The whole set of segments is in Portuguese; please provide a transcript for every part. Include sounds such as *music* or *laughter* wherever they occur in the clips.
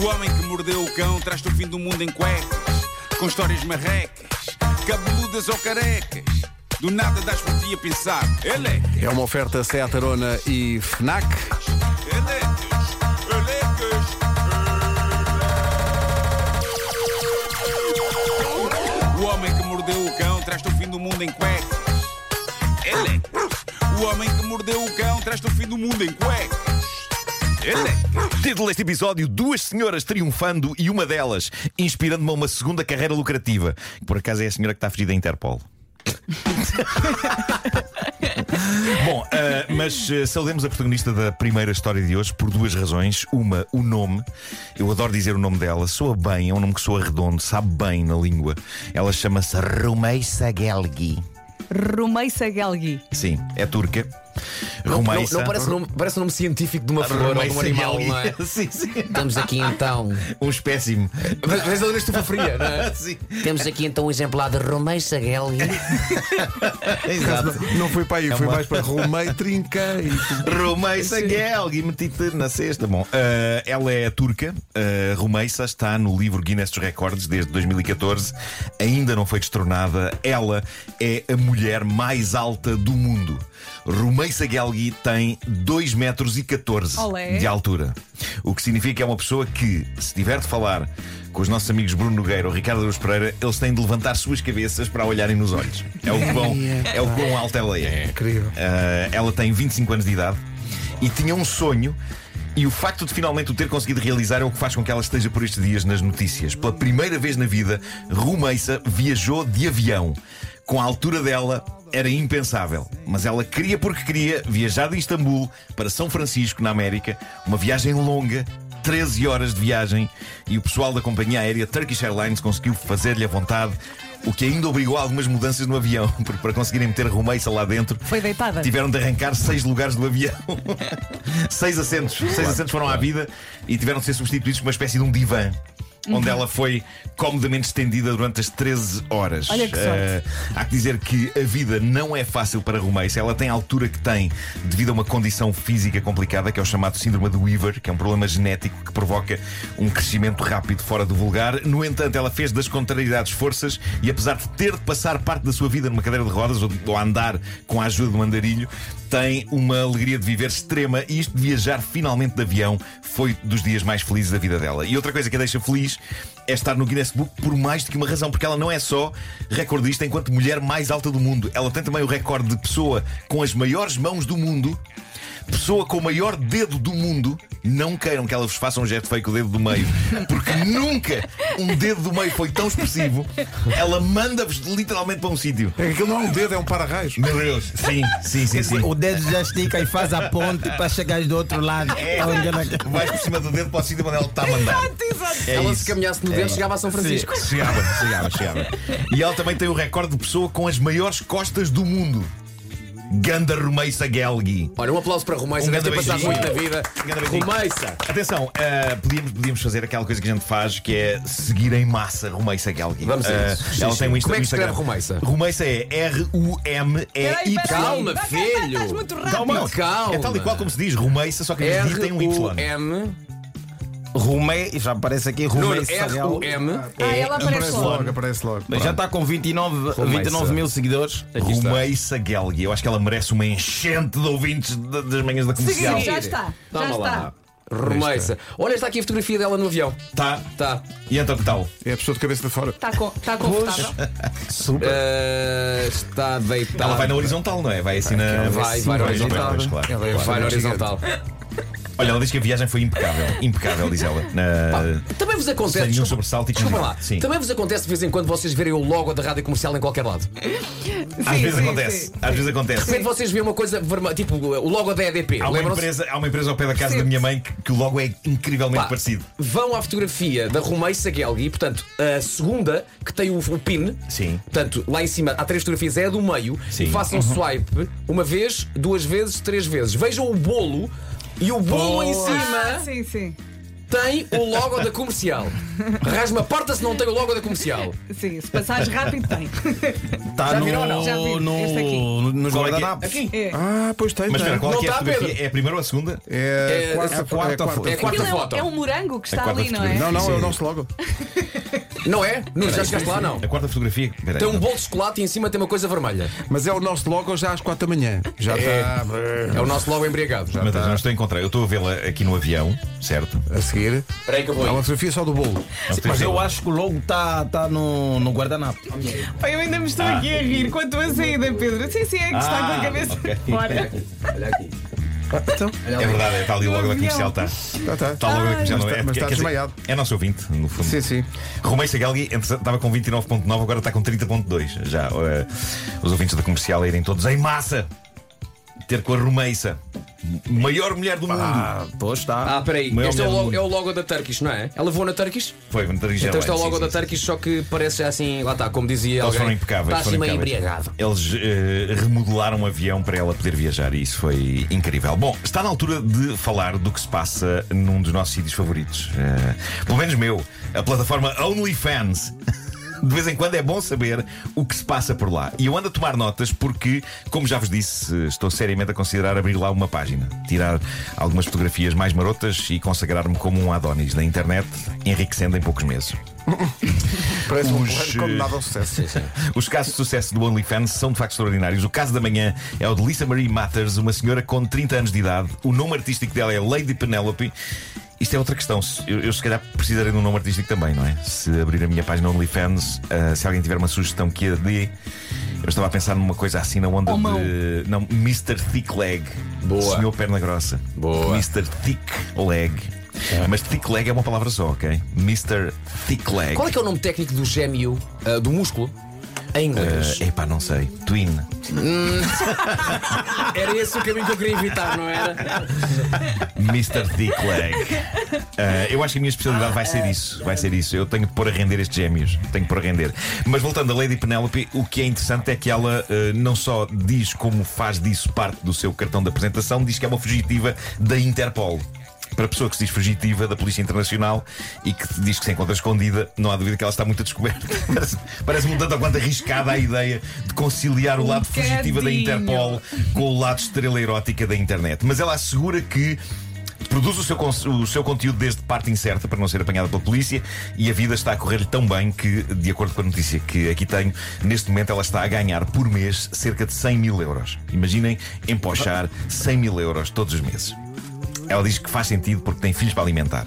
O homem que mordeu o cão traz-te o fim do mundo em cuecas, com histórias marrecas, cabeludas ou carecas. Do nada das por ti a pensar. Elecas, É uma oferta Seat Arona e FNAC. elecas, elecas. O homem que mordeu o cão traz-te o fim do mundo em cuecas. Elecas. O homem que mordeu o cão traz-te o fim do mundo em cuecas. Elecas. Título deste episódio: Duas senhoras triunfando e uma delas inspirando-me a uma segunda carreira lucrativa. Que por acaso é a senhora que está ferida à Interpol. *laughs* Bom, ah, mas ah, saudemos a protagonista da primeira história de hoje por duas razões. Uma, o nome. Eu adoro dizer o nome dela. Soa bem, é um nome que soa redondo, sabe bem na língua. Ela chama-se Rumeisa Gelgi. Rumeisa Gelgi. Sim, é turca. Não, Rumeisa. Ah, não parece, nome, parece nome científico de uma flor ou de um Rumeisa animal, Gelgi. não é? *laughs* Sim, sim. Temos aqui então. Um espécime. Mas, mas ali na estufa fria, não é? Sim. Temos aqui então um exemplar de Romeixa Gelli. Exato. Não foi para aí, É foi uma- mais para Romei Trinquei. Rumeisa Gelg, e meti-te na cesta. Bom, eh, ela é turca. Uh, Rumeisa está no livro Guinness dos Recordes desde 2014. Ainda não foi destronada. Ela é a mulher mais alta do mundo. Rumeisa Gelgi tem 2 metros e 14 Olé. de altura. O que significa que é uma pessoa que, se tiver de falar com os nossos amigos Bruno Nogueira ou Ricardo Aruz Pereira, eles têm de levantar suas cabeças para a olharem nos olhos. É o quão, é o quão alta ela é. Incrível. Ah, ela tem 25 anos de idade e tinha um sonho. E o facto de finalmente o ter conseguido realizar é o que faz com que ela esteja por estes dias nas notícias. Pela primeira vez na vida, Rumeisa viajou de avião. Com a altura dela, era impensável. Mas ela queria porque queria viajar de Istambul para São Francisco, na América. Uma viagem longa, 13 horas de viagem. E o pessoal da companhia aérea Turkish Airlines conseguiu fazer-lhe a vontade. O que ainda obrigou a algumas mudanças no avião, *laughs* porque para conseguirem meter Rumeisa lá dentro, Foi deitada. Tiveram de arrancar seis lugares do avião. *laughs* seis assentos. Seis assentos foram à vida e tiveram de ser substituídos por uma espécie de um divã. Onde Uhum. ela foi comodamente estendida durante as 13 horas. Olha que sorte. Eh, há que dizer que a vida não é fácil para Romeiça. Ela tem a altura que tem devido a uma condição física complicada, que é o chamado síndrome de Weaver, que é um problema genético que provoca um crescimento rápido fora do vulgar. No entanto, ela fez das contrariedades forças e, apesar de ter de passar parte da sua vida numa cadeira de rodas ou, de- ou a andar com a ajuda de um andarilho, tem uma alegria de viver extrema e isto de viajar finalmente de avião foi dos dias mais felizes da vida dela. E outra coisa que a deixa feliz é estar no Guinness Book por mais do que uma razão, porque ela não é só recordista enquanto mulher mais alta do mundo, ela tem também o recorde de pessoa com as maiores mãos do mundo, pessoa com o maior dedo do mundo. Não queiram que ela vos faça um gesto feio com o dedo do meio, porque nunca um dedo do meio foi tão expressivo. Ela manda-vos literalmente para um sítio. É que aquilo não é um dedo, é um para-raios. Meu Deus! Sim, sim, sim, sim. O dedo já estica e faz a ponte para chegar do outro lado. Tá É. Onde ela- Vais por cima do dedo para o sítio onde ela está a mandar. É Ela isso. se caminhasse no É. vento, chegava a São Francisco. Sim, Chegava, chegava, chegava. E ela também tem o recorde de pessoa com as maiores costas do mundo. Ganda Rumeisa Gelgi. Olha, um aplauso para Romeixa, Um deve ter grande passado muito beijinho. na vida. Um grande beijinho. Romeixa! Atenção, ah, podíamos, podíamos fazer aquela coisa que a gente faz que é seguir em massa Rumeisa Gelgi. Vamos a Ah, isso. Sim, Ela sim. tem um Insta- Como é que se Instagram. escreve Rumeisa? Rumeisa é Peraí, R-U-M-E-Y. peraí. Vai, vai, Calma, vai, filho. Estás muito rápido. Calma, Calma. É tal e qual como se diz Rumeisa, só que em vez de I tem um Y. R-U-M. Rumei, já aparece aqui Nuno, Rumei Sagal. R-U-M. É, Ah, ela aparece logo. Logo, aparece logo. Já está com 29, Rumei 29 mil seguidores. Rumeisa Gelgi. Eu acho que ela merece uma enchente de ouvintes da- das manhãs da comercial. Sim, já está. Já Toma lá. está. Romeixa. Olha, está aqui a fotografia dela no avião. Tá. Tá. E então que tal? É a pessoa de cabeça de fora. Tá Está com, está confortável. Eh, está deitada. Ela vai na horizontal, não é? Vai assim na. Vai, Sim, vai na pois, horizontal. pois, claro, Ela é claro. Vai na horizontal. Olha, ela diz que a viagem foi impecável. Impecável, diz ela. Na- Também vos Sem acontece. nenhum desculpa- sobressalto e Desculpa lá. desnudez. Sim. Também vos acontece de vez em quando vocês verem o logo da rádio comercial em qualquer lado. De Às Sim, vezes sim, acontece. sim. Às vezes acontece. repente vocês veem uma coisa vermelha, tipo o logo da EDP. Há uma, Lembram-se? empresa, há uma empresa ao pé da casa da minha mãe que, que o logo é incrivelmente Pá, parecido. Vão à fotografia da Romeissa Gelgi, portanto, a segunda que tem o, o pin. Sim. Portanto, lá em cima há três fotografias, é a do meio. Sim. Uhum. Façam swipe uma vez, Ah, duas vezes, três vezes. Vejam o bolo e o bolo em cima. Sim, sim. tem o logo da comercial. Rasma a porta se não tem o logo da comercial. Sim, se passares rápido, tem. Está Já no, viram ou não? Já vi, este aqui. no, nos Qual é que é? guardanapos. Aqui. Ah, pois tem. Mas tem. espera, qual é Não que é a tá, fotografia? Pedro. É a primeira ou a segunda? É, É, quarta, é a quarta é quarta. É a quarta Aquilo é, um- foto. é um morango que está quarta ali, não é? fotografia. Não, não, Sim, é o sim. nosso logo. Não é? Não, já chegaste lá, não. A quarta fotografia. Peraí, Tem um não. bolo de chocolate e em cima tem uma coisa vermelha. Mas é o nosso logo já às quatro da manhã. Já está. É o nosso logo embriagado. Mas atenção, não estou a encontrar. Eu estou a vê-la aqui no avião, certo? A seguir. Espera aí que eu vou Há aí. uma fotografia só do bolo. Mas eu acho que o logo está tá no, no guardanapo. Pá, Eu ainda me estou aqui a rir com a tua saída, Pedro. Sim, sim, é que está com a Ah, cabeça ok. fora. Olha aqui. É verdade, está ali logo da avião. comercial, está. Tá, tá. Está logo da comercial, não Mas é? tá- mas Quer tá dizer, desmaiado. É nosso ouvinte, no fundo. Sim, sim. Romeu Sagalli entretanto, estava com 29.9, agora está com 30.2. Já eh, os ouvintes da comercial a irem todos em massa ter com a Romeiça, maior mulher do mundo. Ah, pois está. Ah, peraí. Maior Este é mulher o, do logo, mundo. é o logo da Turkish, não é? Ela voou na Turkish? Foi, Van Dergen Então este é o Airlines, logo sim, da sim, Turkish, só que parece já assim, lá está, como dizia Eles alguém. foram impecáveis. Está foram assim meio impecáveis. embriagado. Eles eh, remodelaram um avião para ela poder viajar e isso foi incrível. Bom, está na altura de falar do que se passa num dos nossos sítios favoritos. Eh, pelo menos meu, a plataforma OnlyFans. *laughs* De vez em quando é bom saber o que se passa por lá. E eu ando a tomar notas porque, como já vos disse, eh, estou seriamente a considerar abrir lá uma página, tirar algumas fotografias mais marotas e consagrar-me como um Adonis na internet, enriquecendo em poucos meses. Parece um Os, plano condenado ao sucesso. Os casos de sucesso do OnlyFans são de facto extraordinários. O caso da manhã é o de Lisa Marie Matters, uma senhora com 30 anos de idade. O nome artístico dela é Lady Penelope. Isto é outra questão. Eu, eu se calhar precisarei de um nome artístico também, não é? Se abrir a minha página OnlyFans, ah, se alguém tiver uma sugestão que a dê. Eu estava a pensar numa coisa assim na onda Homão. de. Não, Mr. Thick Leg. Boa. Senhor Perna Grossa. Boa. Mr. Thick Leg. Mas thick leg é uma palavra só, ok? Mr. Thick Leg. Qual é que é o nome técnico do gêmeo, ah, do músculo? Em inglês. Eh, epá, não sei. Twin. é. Era esse o caminho que eu queria evitar, *laughs* não era? Mr. Dick Leg. Eh, eu acho que a minha especialidade vai ser isso. Vai ser isso. Eu tenho de pôr a render estes gêmeos. Tenho de pôr a render. Mas voltando a Lady Penelope, o que é interessante é que ela eh, não só diz como faz disso parte do seu cartão de apresentação, diz que é uma fugitiva da Interpol. Para a pessoa que se diz fugitiva da Polícia Internacional e que diz que se encontra escondida, não há dúvida que ela está muito a descoberta. *laughs* Parece- Parece-me um tanto ou quanto arriscada a ideia de conciliar o lado fugitivo da bocadinho. Interpol com o lado estrela erótica da internet. Mas ela assegura que produz o seu, cons- o seu conteúdo desde parte incerta para não ser apanhada pela polícia e a vida está a correr tão bem que, de acordo com a notícia que aqui tenho, neste momento ela está a ganhar por mês cerca de 100 mil euros. Imaginem empochar 100 mil euros todos os meses. Ela diz que faz sentido porque tem filhos para alimentar.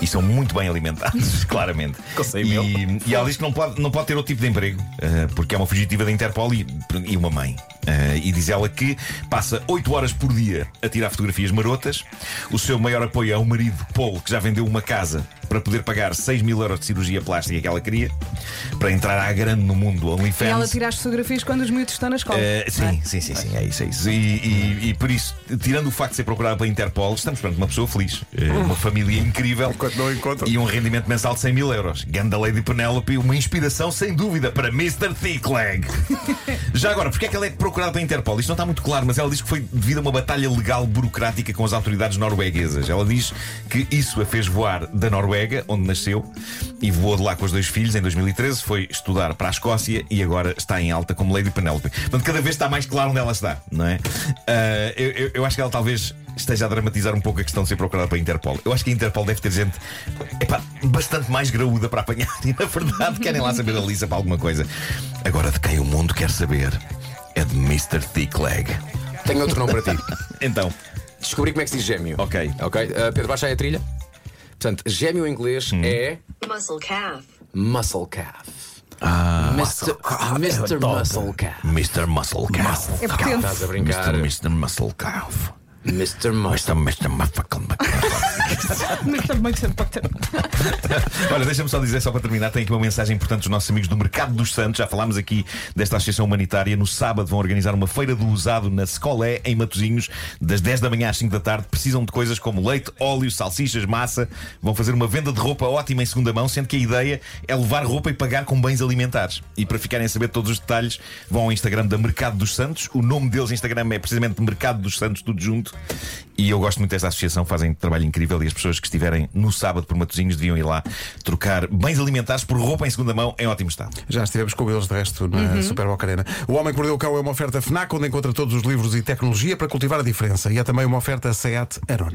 E são muito bem alimentados, *laughs* claramente. E, e ela diz que não pode, não pode ter outro tipo de emprego, eh, porque é uma fugitiva da Interpol e, e uma mãe. Eh, e diz ela que passa 8 horas por dia a tirar fotografias marotas. O seu maior apoio é o marido Paul, que já vendeu uma casa para poder pagar 6 mil euros de cirurgia plástica que ela queria, para entrar à grande no mundo do E OnlyFans. ela tira as fotografias quando os miúdos estão na escola. Eh, sim, não é? sim, sim, sim, é isso, é isso. E, e- e por isso, tirando o facto de ser procurada pela Interpol, estamos perante uma pessoa feliz, eh, uma família incrível Enquanto não encontram. e um rendimento mensal de 100 mil euros. Ganda Lady Penelope, uma inspiração sem dúvida para Mr. Thickleg. Já agora, porque é que ela é procurada pela Interpol? Isto não está muito claro, mas ela diz que foi devido a uma batalha legal burocrática com as autoridades norueguesas. Ela diz que isso a fez voar da Noruega, onde nasceu, e voou de lá com os dois filhos em 2013, foi estudar para a Escócia e agora está em alta como Lady Penelope. Portanto, cada vez está mais claro onde ela está, não é? Ah, eu, eu- eu acho que ela talvez esteja a dramatizar um pouco a questão de ser procurada pela Interpol. Eu acho que a Interpol deve ter gente epá, bastante mais graúda para apanhar *laughs* e, na verdade, querem lá saber a Lisa para alguma coisa. Agora, de quem o mundo quer saber é de Mr. Thick Leg. Tenho outro nome para ti. Então, Descobri como é que se diz gêmeo. ok. Ok? Ah, Pedro, baixa aí a trilha. Portanto, gêmeo em inglês Hum. é Muscle calf. muscle calf. Ah, Mr. Mr. Muscle Calf. Mr. Muscle Calf. É potente. Estás a brincar. Mr. Muscle Calf. Mr. Muscle. Mr. Mr. Muscle Ah, Mas também que se pode- *laughs* Olha, deixa-me só dizer, só para terminar, tem aqui uma mensagem importante dos nossos amigos do Mercado dos Santos. Já falámos aqui desta associação humanitária. No sábado vão organizar uma feira do usado na Scolé, em Matozinhos, das 10 da manhã às 5 da tarde. Precisam de coisas como leite, óleo, salsichas, massa. Vão fazer uma venda de roupa ótima em segunda mão, sendo que a ideia é levar roupa e pagar com bens alimentares. E para ficarem a saber todos os detalhes, vão ao Instagram da Mercado dos Santos. O nome deles no Instagram é precisamente Mercado dos Santos, tudo junto. E eu gosto muito desta associação, fazem um trabalho incrível e as pessoas que estiverem no sábado por Matosinhos deviam ir lá trocar bens alimentares por roupa em segunda mão em ótimo estado. Já estivemos com eles de resto na Super Boca Arena. O Homem que Mordeu o Cão é uma oferta FNAC onde encontra todos os livros e tecnologia para cultivar a diferença. E é também uma oferta SEAT Arona.